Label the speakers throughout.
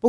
Speaker 1: 不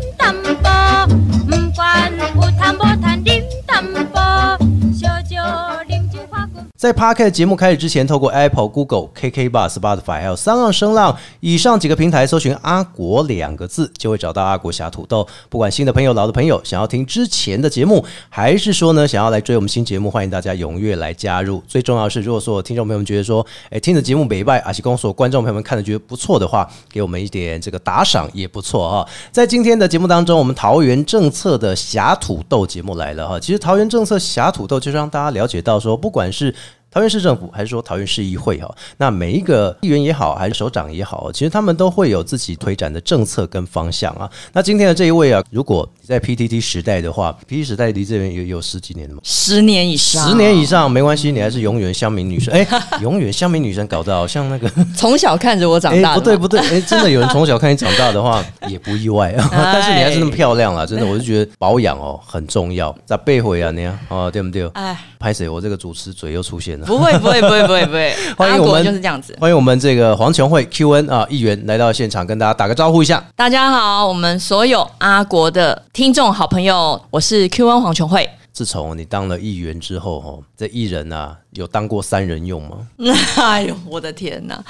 Speaker 2: tâm bò Ừm, quan u tham bò than điểm tâm bò cho cho điểm chữ khoa cùng
Speaker 1: 在 p a r k e t 节目开始之前，透过 Apple、Google、KK Bar、Spotify 还有三浪声浪以上几个平台搜寻“阿国”两个字，就会找到阿国侠土豆。不管新的朋友、老的朋友，想要听之前的节目，还是说呢想要来追我们新节目，欢迎大家踊跃来加入。最重要的是，如果说听众朋友们觉得说，哎，听的节目北拜，阿西公所观众朋友们看的觉得不错的话，给我们一点这个打赏也不错哈、在今天的节目当中，我们桃园政策的侠土豆节目来了哈、其实桃园政策侠土豆就是让大家了解到说，不管是桃园市政府还是说桃园市议会哈，那每一个议员也好，还是首长也好，其实他们都会有自己推展的政策跟方向啊。那今天的这一位啊，如果你在 PTT 时代的话，PTT 时代离这边有有十几年了嘛，
Speaker 3: 十年以上，
Speaker 1: 十年以上没关系，你还是永远乡民女 神。哎、永远乡民女神搞得好像那个，
Speaker 3: 从小看着我长
Speaker 1: 哎、
Speaker 3: 大的嘛、
Speaker 1: 不对不对，哎、真的有人从小看你长大的话也不意外 啊。但是你还是那么漂亮
Speaker 3: 哎
Speaker 1: 啦，真的，我就觉得保养哦很重要。咋背回啊你啊，哦对不对？
Speaker 3: 哎，
Speaker 1: 拍谁？我这个主持嘴又出现了。
Speaker 3: 不会不会不会不会不会，
Speaker 1: 欢迎
Speaker 3: 阿
Speaker 1: 我
Speaker 3: 果
Speaker 1: 们
Speaker 3: 就是这样子。
Speaker 1: 欢迎我们这个黄琼慧 QN 啊议员来到现场，跟大家打个招呼一下。
Speaker 3: 大家好，我们所有阿国的听众好朋友，我是 Q N 黄琼慧。
Speaker 1: 自从你当了议员之后，哦，这艺人啊，有当过三人用吗？
Speaker 3: 哎呦，我的天哪！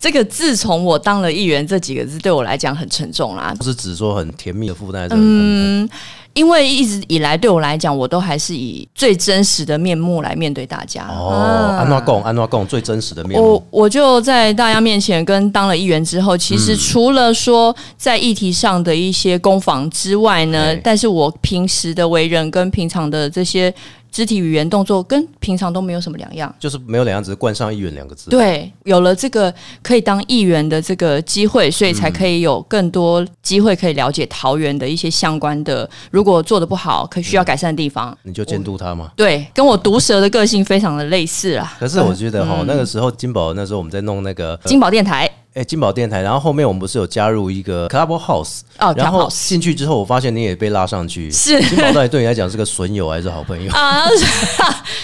Speaker 3: 这个自从我当了议员这几个字对我来讲很沉重啦，
Speaker 1: 不是只说很甜蜜的负担，还是嗯，
Speaker 3: 因为一直以来对我来讲，我都还是以最真实的面目来面对大家。
Speaker 1: 哦，
Speaker 3: 嗯
Speaker 1: 安娜贡，安娜贡最真实的面目
Speaker 3: 我。我就在大家面前跟当了议员之后，其实
Speaker 1: 嗯
Speaker 3: 除了说在议题上的一些攻防之外呢，
Speaker 1: 对
Speaker 3: 但是我平时的为人跟平常的这些肢体语言动作跟平常都没有什么两样。
Speaker 1: 就是没有两样，只是冠上“议员”两个字。，
Speaker 3: 对，有了这个可以当议员的这个机会，所以
Speaker 1: 嗯
Speaker 3: 才可以有更多机会可以了解桃园的一些相关的，如果做的不好，可
Speaker 1: 嗯
Speaker 3: 需要改善的地方。
Speaker 1: 你就监督他嘛。
Speaker 3: 对，跟我毒舌的个性非常的类似啦。
Speaker 1: 可是我觉得哈，那个时候金宝那时候我们在弄那个
Speaker 3: 嗯金宝电台
Speaker 1: 哎金宝电台，然后后面我们不是有加入一个 Clubhouse，
Speaker 3: 哦，
Speaker 1: 然后
Speaker 3: Clubhouse
Speaker 1: 进去之后，我发现你也被拉上去。
Speaker 3: 是
Speaker 1: 金宝到底对你来讲是个损友还是好朋友？
Speaker 3: 啊，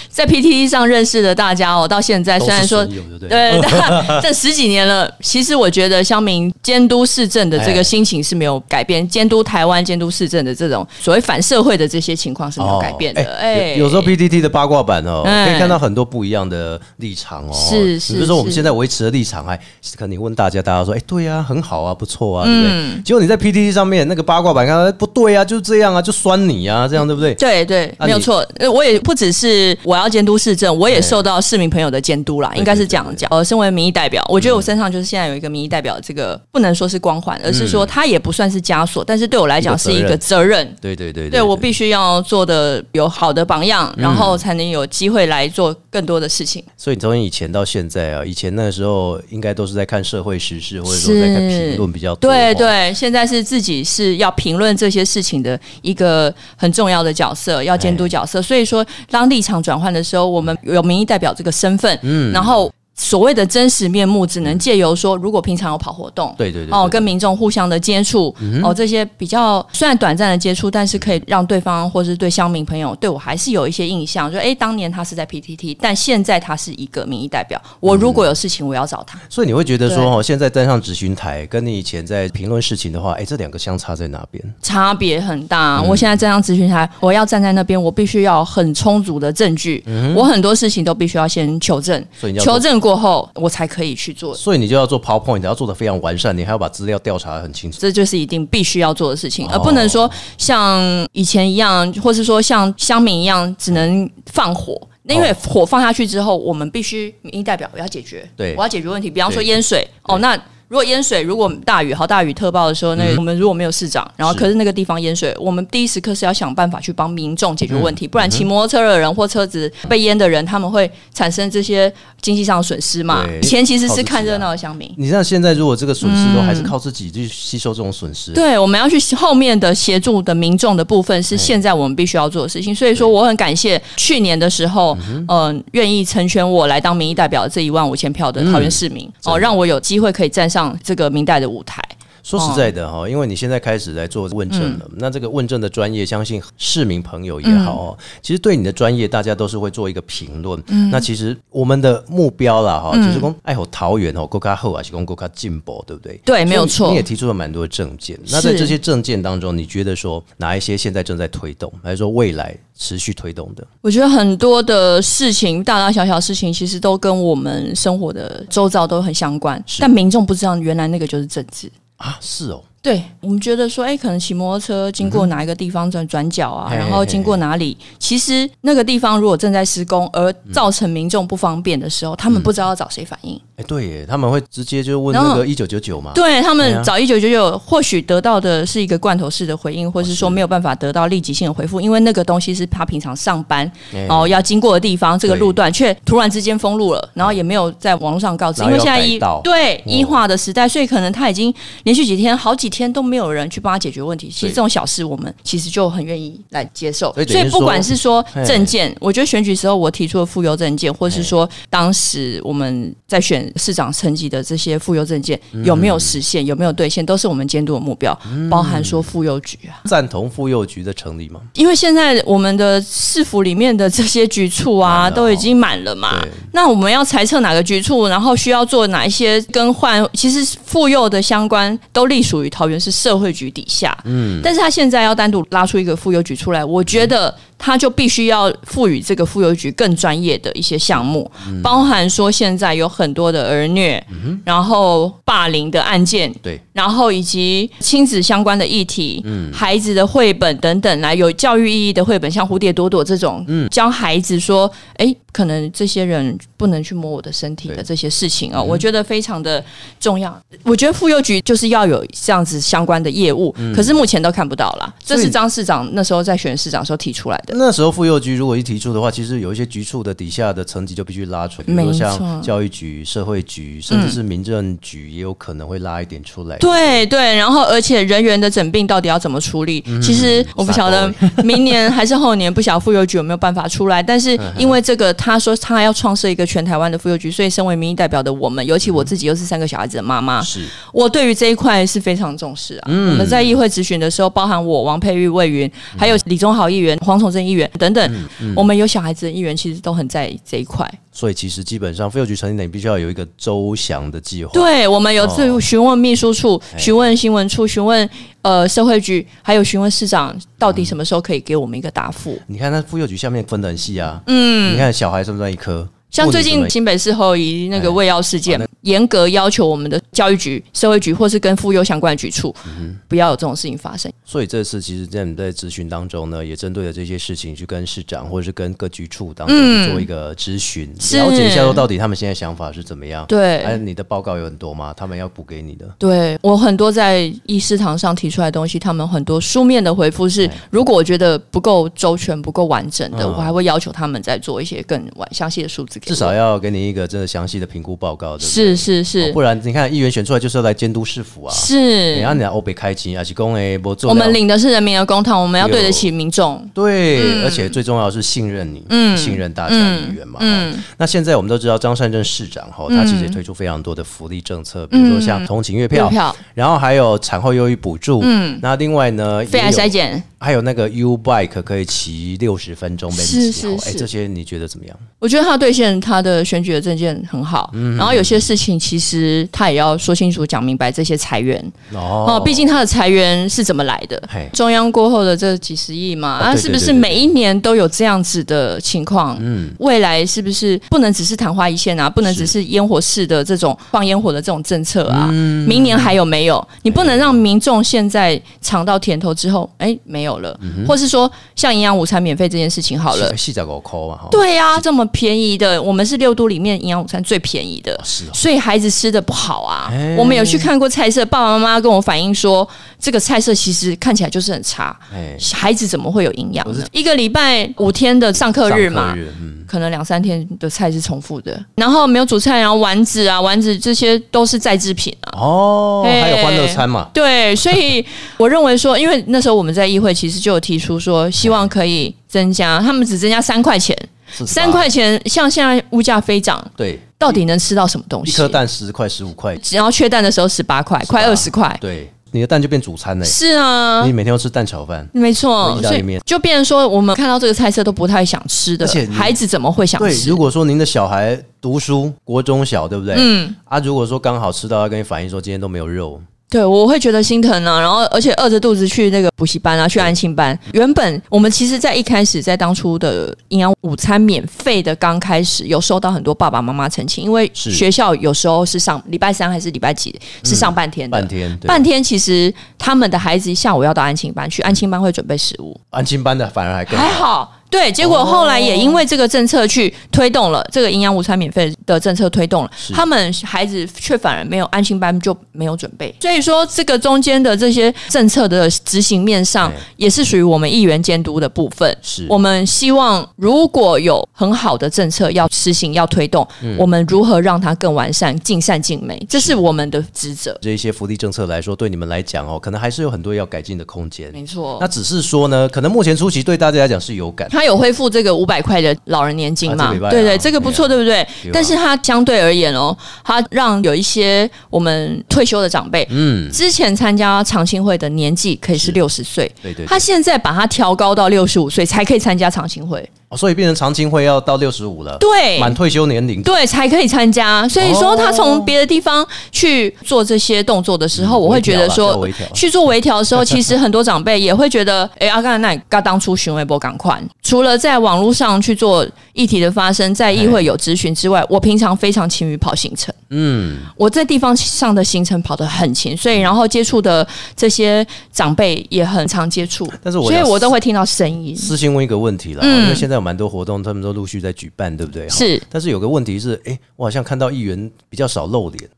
Speaker 3: 在 PTT 上认识的大家哦，到现在
Speaker 1: 都
Speaker 3: 虽
Speaker 1: 是
Speaker 3: 然说
Speaker 1: 损友对不对？
Speaker 3: 对， 但这十几年了，其实我觉得乡民监督市政的这
Speaker 1: 哎
Speaker 3: 个心情是没有改变，监督台湾、监督市政的这种所谓反社会的这些情况是没有改变的。
Speaker 1: 哦
Speaker 3: 哎、
Speaker 1: 有有时候 PTT 的八卦版哦，
Speaker 3: 哎
Speaker 1: 可以看到很多不一样的立场哦。
Speaker 3: 是
Speaker 1: 比如
Speaker 3: 是
Speaker 1: 说我们
Speaker 3: 是
Speaker 1: 现在维持的立场，哎，可能你问大家，大家说，哎，对啊，很好啊，不错啊，对
Speaker 3: 嗯
Speaker 1: 不对？结果你在 PTT 上面那个八卦版看到，哎不对啊，就是这样啊，就酸你啊，这样对不对？
Speaker 3: 对对，
Speaker 1: 啊
Speaker 3: 没有
Speaker 1: 你哎
Speaker 3: 错。呃我也不只是我要监督市政，我也受到市民朋友的监督啦，
Speaker 1: 对
Speaker 3: 应该是
Speaker 1: 对嗯
Speaker 3: 这样讲。呃，身为民意代表，我觉得我身上就是现在有一个民意代表，这个不能说是光环，而是说它也不算是枷锁，但是对我来讲是
Speaker 1: 嗯一
Speaker 3: 一
Speaker 1: 个
Speaker 3: 个责任。
Speaker 1: 对对对
Speaker 3: 对嗯我必
Speaker 1: 须。
Speaker 3: 须要做的有好的榜样，然后才能有机会来做更多的事情。
Speaker 1: 所以从以前到现在啊，以前那个时候应该都是在看社会时事，或者说在看评论比较多。
Speaker 3: 对
Speaker 1: 哦
Speaker 3: 对，现在是自己是要评论这些事情的一个很重要的角色，
Speaker 1: 哎
Speaker 3: 要监督角色。所以说，当立场转换的时候，我们有民意代表这个身份，嗯，然后。所谓的真实面目，只能借由说，如果平常有跑活动，
Speaker 1: 嗯对对对
Speaker 3: 哦，
Speaker 1: 对嗯
Speaker 3: 跟民众互相的接触，哦，这些比较虽然短暂的接触，但是可以让对方或是对乡民朋友对我还是有一些印象，就哎，当年他是在 PTT，但现在他是一个民意代表，我如果有事情，我要找他。
Speaker 1: 所以你会觉得
Speaker 3: 对
Speaker 1: 说，哦，现在登上执询台，跟你以前在评论事情的话，哎，这两个相差在哪边？
Speaker 3: 差别很大。
Speaker 1: 嗯
Speaker 3: 我现在这张咨询台，我要站在那边，我必须要很充足的证据，我很多事情都必须要先求证
Speaker 1: 嗯所以你，要做
Speaker 3: 求证过后，我才可以去做。
Speaker 1: 所以你就要做 PowerPoint，要做的非常完善，你还要把资料调查得很清楚。
Speaker 3: 这就是一定必须要做的事情，
Speaker 1: 哦
Speaker 3: 而不能说像以前一样，或是说像乡民一样，只能放火。那因为
Speaker 1: 哦
Speaker 3: 火放下去之后，我们必须民意代表我要解决，
Speaker 1: 对
Speaker 3: 我要解决问题。比方说
Speaker 1: 对嗯
Speaker 3: 淹水，哦，那如果淹水，如果大雨好大雨特报的时候，那个我们如果没有市长，然后
Speaker 1: 是
Speaker 3: 可是那个地方淹水，我们第一时刻是要想办法去帮民众解决问
Speaker 1: 嗯
Speaker 3: 题，不然骑摩托车的人或车子被淹的人，他们会产生这些经济上的损失嘛
Speaker 1: 对。
Speaker 3: 以前其实
Speaker 1: 靠自
Speaker 3: 是
Speaker 1: 己
Speaker 3: 看热
Speaker 1: 啊
Speaker 3: 闹的乡民，
Speaker 1: 你像现在，如果这个损失都还是靠自己去吸收这种损失，
Speaker 3: 对，我们要去后面的协助的民众的部分是现在我们必须要做的事情，所以说我很感谢去年的时候，嗯、愿意成全我来当民意代表这一万五千票的桃园市民，哦，让我有机会可以站上这个明代的舞台。
Speaker 1: 说实在的哈，因为你现在开始来做问证了，
Speaker 3: 嗯
Speaker 1: 那这个问证的专业，相信市民朋友也好哦，
Speaker 3: 嗯
Speaker 1: 其实对你的专业，大家都是会做一个评论。那其实我们的目标啦哈，
Speaker 3: 嗯
Speaker 1: 就是说爱好桃园哦，够卡厚啊，是够够卡进步，对不对？
Speaker 3: 对没有
Speaker 1: 所
Speaker 3: 错
Speaker 1: 以你也提出了蛮多的证件。那在
Speaker 3: 是
Speaker 1: 这些证件当中，你觉得说哪一些现在正在推动，还是说未来持续推动的？
Speaker 3: 我觉得很多的事情，大大小小事情，其实都跟我们生活的周遭都很相关，但民众不知道原来那个就是政治。
Speaker 1: 啊，是哦，
Speaker 3: 对我们觉得说，哎、可能骑摩托车经过哪一个地方转转角啊，
Speaker 1: 嘿
Speaker 3: 然后经过哪里，其实那个地方如果正在施工，而造成民众不方便的时候，他们不知道要找谁反映。
Speaker 1: 哎，对耶，他们会直接就问
Speaker 3: 然后
Speaker 1: 那个一九九九嘛？
Speaker 3: 对他
Speaker 1: 对啊
Speaker 3: 们找一九九九，或许得到的是一个罐头式的回应，或是
Speaker 1: 哦
Speaker 3: 说没有办法得到立即性的回复，因为那个东西是他平常上班
Speaker 1: 哎
Speaker 3: 哦要经过的地方，这个
Speaker 1: 对
Speaker 3: 路段却突然之间封路了，然后也没有在网络上告知，
Speaker 1: 然
Speaker 3: 因
Speaker 1: 后
Speaker 3: 为
Speaker 1: 要
Speaker 3: 现在
Speaker 1: 改
Speaker 3: 一
Speaker 1: 道
Speaker 3: 对
Speaker 1: 哦
Speaker 3: 一化的时代，所以可能他已经连续几天、好几天都没有人去帮他解决问题。其
Speaker 1: 对
Speaker 3: 实这种小事，我们其实就很愿意来接受。
Speaker 1: 所以等
Speaker 3: 所
Speaker 1: 于
Speaker 3: 以不
Speaker 1: 说
Speaker 3: 管是说
Speaker 1: 嘿
Speaker 3: 证件，我觉得选举时候我提出的妇幼证件，或是说当时我们在选市长层级的这些妇幼证件有没有实现，有没有兑现，都是我们监督的目标，包含说妇幼局啊。
Speaker 1: 赞同妇幼局的成立吗？
Speaker 3: 因为现在我们的市府里面的这些局处
Speaker 1: 满
Speaker 3: 啊，
Speaker 1: 了哦
Speaker 3: 都已经满了嘛
Speaker 1: 对。
Speaker 3: 那我们要裁撤哪个局处，然后需要做哪一些更换？其实妇幼的相关都隶属于桃园市社会局底下。嗯，但是他现在要单独拉出一个妇幼局出来，我觉得
Speaker 1: 嗯
Speaker 3: 他就必须要赋予这个妇幼局更专业的一些项目，
Speaker 1: 嗯
Speaker 3: 包含说现在有很多的儿虐，然后霸凌的案件，
Speaker 1: 对，
Speaker 3: 然后以及亲子相关的议题，
Speaker 1: 嗯
Speaker 3: 孩子的绘本等等，来有教育意义的绘本，像《蝴蝶朵朵》这种，
Speaker 1: 嗯
Speaker 3: 教孩子说，哎，可能这些人不能去摸我的身体的
Speaker 1: 对嗯
Speaker 3: 这些事情哦，我觉得非常的重要。我觉得妇幼局就是要有这样子相关的业务，可是目前都看不到啦。这
Speaker 1: 嗯所
Speaker 3: 是
Speaker 1: 以
Speaker 3: 张市长那时候在选市长的时候提出来的。
Speaker 1: 那时候妇幼局如果一提出的话，其实有一些局处的底下的层级就必须拉出来，比如说
Speaker 3: 没错嗯
Speaker 1: 像教育局、社会局，甚至是民政局，也有可能会拉一点出来。
Speaker 3: 对对，然后而且人员的整病到底要怎么处理？其实我不晓得 明年还是后年，不晓得妇幼局有没有办法出来。但是因为这个，他说他要创设一个全台湾的妇幼局，所以身为民意代表的我们，尤其我自己又是三个小孩子的妈妈，
Speaker 1: 是
Speaker 3: 我对于这一块是非常重视啊。我们在议会质询的时候，包含我王佩玉魏云，还有李宗豪议员、黄崇正议员等等，我们有小孩子的议员其实都很在意这一块。
Speaker 1: 所以其实基本上妇幼局成立，你必须要有一个周详的计划。，
Speaker 3: 对，我们有
Speaker 1: 哦
Speaker 3: 自询问秘书处、
Speaker 1: 哎
Speaker 3: 询问新闻处、询问呃社会局，还有询问市长，到底什么时候可以给我们一个答复？
Speaker 1: 你看那妇幼局下面分得很细啊，嗯，你看小孩算不算一科？
Speaker 3: 像
Speaker 1: 妇女
Speaker 3: 最
Speaker 1: 算
Speaker 3: 近
Speaker 1: 不算
Speaker 3: 新北市后以那个喂药事件，严格要求我们的教育局、社会局或是跟妇幼相关的局处，
Speaker 1: 嗯
Speaker 3: 不要有这种事情发生。
Speaker 1: 所以这次其实在你们在咨询当中呢，也针对了这些事情去跟市长或者是跟各局处当中
Speaker 3: 嗯
Speaker 1: 去做一个咨询，
Speaker 3: 是
Speaker 1: 了解一下说到底他们现在想法是怎么样。
Speaker 3: 对
Speaker 1: 哎，你的报告有很多吗？他们要补给你的。
Speaker 3: 对我很多在议事堂上提出来的东西，他们很多书面的回复是，如果我觉得不够周全、不够完整的，
Speaker 1: 哎嗯
Speaker 3: 我还会要求他们再做一些更完详细的数字给
Speaker 1: 至
Speaker 3: 我。
Speaker 1: 少要给你一个真的详细的评估报告，对不对？
Speaker 3: 是是
Speaker 1: 哦
Speaker 3: 是
Speaker 1: 不然你看议员选出来就是要来监督市府啊。
Speaker 3: 是
Speaker 1: 你，要你欧北开金，还是公诶，不做
Speaker 3: 我
Speaker 1: 了
Speaker 3: 们领的是人民的公帑，我们要对得起民众。
Speaker 1: 对，
Speaker 3: 嗯
Speaker 1: 而且最重要的是信任你，信任大家的议员嘛。
Speaker 3: 嗯
Speaker 1: 哦那现在我们都知道张善政市长哈，他其实也推出非常多的福利政策，比如说像同情月票
Speaker 3: 嗯月票，
Speaker 1: 然后还有产后忧郁补助，嗯，那另外呢，
Speaker 3: 肺癌
Speaker 1: 也有
Speaker 3: 筛检，
Speaker 1: 还有那个 U Bike 可以骑六十分钟，
Speaker 3: 是是
Speaker 1: 哎，
Speaker 3: 是
Speaker 1: 这些你觉得怎么样？
Speaker 3: 我觉得他兑现他的选举的证件很好，
Speaker 1: 嗯
Speaker 3: 然后有些事情其实他也要说清楚、讲明白这些裁员哦，毕竟他的裁员是怎么来的
Speaker 1: 嘿。
Speaker 3: 中央过后的这几十亿嘛，
Speaker 1: 哦
Speaker 3: 啊，
Speaker 1: 对对
Speaker 3: 是不
Speaker 1: 对
Speaker 3: 是
Speaker 1: 对
Speaker 3: 每一年都有这样子的情况？嗯，未来是不是不能只是昙花一现啊？不能只是烟火式的这种放烟火的这种政策啊？
Speaker 1: 嗯
Speaker 3: 明年还有没有？你不能让民众现在尝到甜头之后，哎，没有
Speaker 1: 嗯
Speaker 3: 了，或是说像营养午餐免费这件事情好了
Speaker 1: 细，细脚狗抠嘛哈。
Speaker 3: 对呀、这么便宜的，我们是六都里面营养午餐最便宜的，
Speaker 1: 是哦
Speaker 3: 所以孩子吃的不好啊。
Speaker 1: 哎
Speaker 3: 我们有去看过菜色，爸爸妈妈跟我反映说，这个菜色其实看起来就是很差，
Speaker 1: 哎，
Speaker 3: 孩子怎么会有营养呢？一个礼拜五天的上课日嘛
Speaker 1: 上课，日嗯，
Speaker 3: 可能两三天的菜是重复的，然后没有主菜，然后丸子啊、丸子这些都是再制品啊。
Speaker 1: 哦，
Speaker 3: 哎
Speaker 1: 还有欢乐餐嘛，
Speaker 3: 对，所以我认为说，因为那时候我们在议会其实就有提出说，希望可以增加，他们只增加三块钱，
Speaker 1: 48
Speaker 3: 三块钱，像现在物价飞涨，
Speaker 1: 对，
Speaker 3: 到底能吃到什么东
Speaker 1: 一
Speaker 3: 西
Speaker 1: 颗？蛋十块十五块，
Speaker 3: 然后缺蛋的时候十八块，快二十块。
Speaker 1: 对，你的蛋就变主餐嘞、
Speaker 3: 是啊
Speaker 1: 你，每天要吃蛋炒饭。
Speaker 3: 没
Speaker 1: 和
Speaker 3: 错，
Speaker 1: 意大
Speaker 3: 所
Speaker 1: 利
Speaker 3: 以
Speaker 1: 面
Speaker 3: 就变成说，我们看到这个菜色都不太想吃的
Speaker 1: 而且你，
Speaker 3: 孩子怎么会想
Speaker 1: 对，
Speaker 3: 吃
Speaker 1: 如？果说您的小孩读书，国中小，对不对？嗯。啊，如果说刚好吃到，他跟你反映说今天都没有肉，
Speaker 3: 对，我会觉得心疼啊，然后而且饿着肚子去那个补习班啊，去安庆班。原本我们其实，在一开始，在当初的营养午餐免费的刚开始，有收到很多爸爸妈妈澄清，因为
Speaker 1: 是嗯
Speaker 3: 学校有时候是上礼拜三还是礼拜几是上半天的，
Speaker 1: 半天，对，嗯
Speaker 3: 半天其实他们的孩子下午要到安庆班去，安庆班会准备食物，
Speaker 1: 安亲班的反而还更
Speaker 3: 还好。对，结果后来也因为这个政策去推动了、这个营养午餐免费的政策推动了，他们孩子却反而没有安心班就没有准备，所以说这个中间的这些政策的执行面上
Speaker 1: 对，
Speaker 3: 也是属于我们议员监督的部分。
Speaker 1: 是
Speaker 3: 我们希望如果有很好的政策要实行要推动，
Speaker 1: 嗯
Speaker 3: 我们如何让它更完善、尽善尽美，这是我们的职责。
Speaker 1: 这一些福利政策来说，对你们来讲哦，可能还是有很多要改进的空间。
Speaker 3: 没错
Speaker 1: 那，只是说呢，可能目前初期对大家来讲是有感，
Speaker 3: 他有恢复这个五百块的老人年金
Speaker 1: 啊
Speaker 3: 嘛？
Speaker 1: 这礼拜啊
Speaker 3: 对对，这个不错，对不对
Speaker 1: 对啊？
Speaker 3: 但是它相对而言哦，它让有一些我们退休的长辈，
Speaker 1: 嗯，
Speaker 3: 之前参加长青会的年纪可以是六十岁，
Speaker 1: 对对对
Speaker 3: 他现在把它调高到六十五岁才可以参加长青会，
Speaker 1: 哦所以变成长青会要到六十五了，
Speaker 3: 对
Speaker 1: 满退休年龄，
Speaker 3: 对，才可以参加。所以
Speaker 1: 哦
Speaker 3: 说，他从别的地方去做这些动作的时候，
Speaker 1: 嗯
Speaker 3: 我会觉得
Speaker 1: 微调啦叫
Speaker 3: 说
Speaker 1: 微调，
Speaker 3: 去做微调的时候，其实很多长辈也会觉得，哎、阿甘那你刚当初询问波赶快。除了在网络上去做议题的发生，在议会有咨询之外，我平常非常勤于跑行程。
Speaker 1: 嗯，
Speaker 3: 我在地方上的行程跑得很勤，所以然后接触的这些长辈也很常接触，
Speaker 1: 但是我
Speaker 3: 所以
Speaker 1: 要
Speaker 3: 我都会听到声音。
Speaker 1: 私信问一个问题啦，
Speaker 3: 嗯
Speaker 1: 因为现在有蛮多活动，他们都陆续在举办，对不对？
Speaker 3: 是
Speaker 1: 但是有个问题是，哎、我好像看到议员比较少露脸，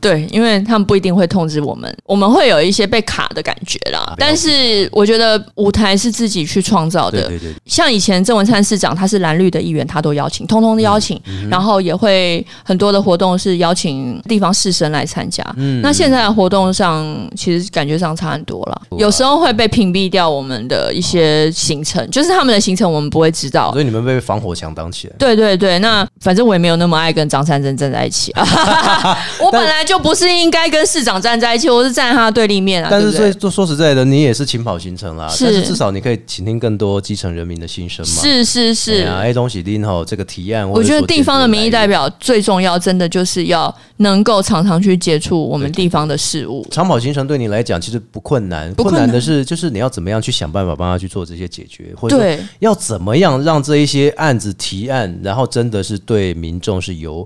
Speaker 3: 对，因为他们不一定会通知我们，我们会有一些被卡的感觉啦。
Speaker 1: 啊
Speaker 3: 但是我觉得舞台是自己去创造的，
Speaker 1: 对对对，
Speaker 3: 像以前郑文灿市长，他是蓝绿的议员，他都邀请，通通都邀请，
Speaker 1: 嗯
Speaker 3: 然后也会很多的活动是邀请地方士绅来参加。
Speaker 1: 嗯
Speaker 3: 那现在的活动上，其实感觉上差很多了，
Speaker 1: 啊
Speaker 3: 有时候会被屏蔽掉我们的一些行程，就是他们的行程我们不会知道。
Speaker 1: 所以你们被防火墙挡起来。
Speaker 3: 对对对，那反正我也没有那么爱跟张三珍站在一起啊， 我本来就不是应该跟市长站在一起，我是站在他的对立面啊。
Speaker 1: 但是
Speaker 3: 对
Speaker 1: 最
Speaker 3: 不对
Speaker 1: 说说实在的，你也是勤跑行程啦，
Speaker 3: 是
Speaker 1: 但是至少你可以倾听更多基层人民的心声嘛。
Speaker 3: 是是
Speaker 1: 对
Speaker 3: 是，
Speaker 1: 啊，哎，东西丁吼这个提案，
Speaker 3: 我觉得地方的民意代
Speaker 1: 表。
Speaker 3: 表最重要，真的就是要能够常常去接触我们地方的事物。
Speaker 1: 长跑行程对你来讲其实不困难，
Speaker 3: 不困
Speaker 1: 难
Speaker 3: 难
Speaker 1: 的是就是你要怎么样去想办法帮他去做这些解决，或者说哎
Speaker 3: 对
Speaker 1: 要怎么样让这一些案子提案，然后真的是对民众是有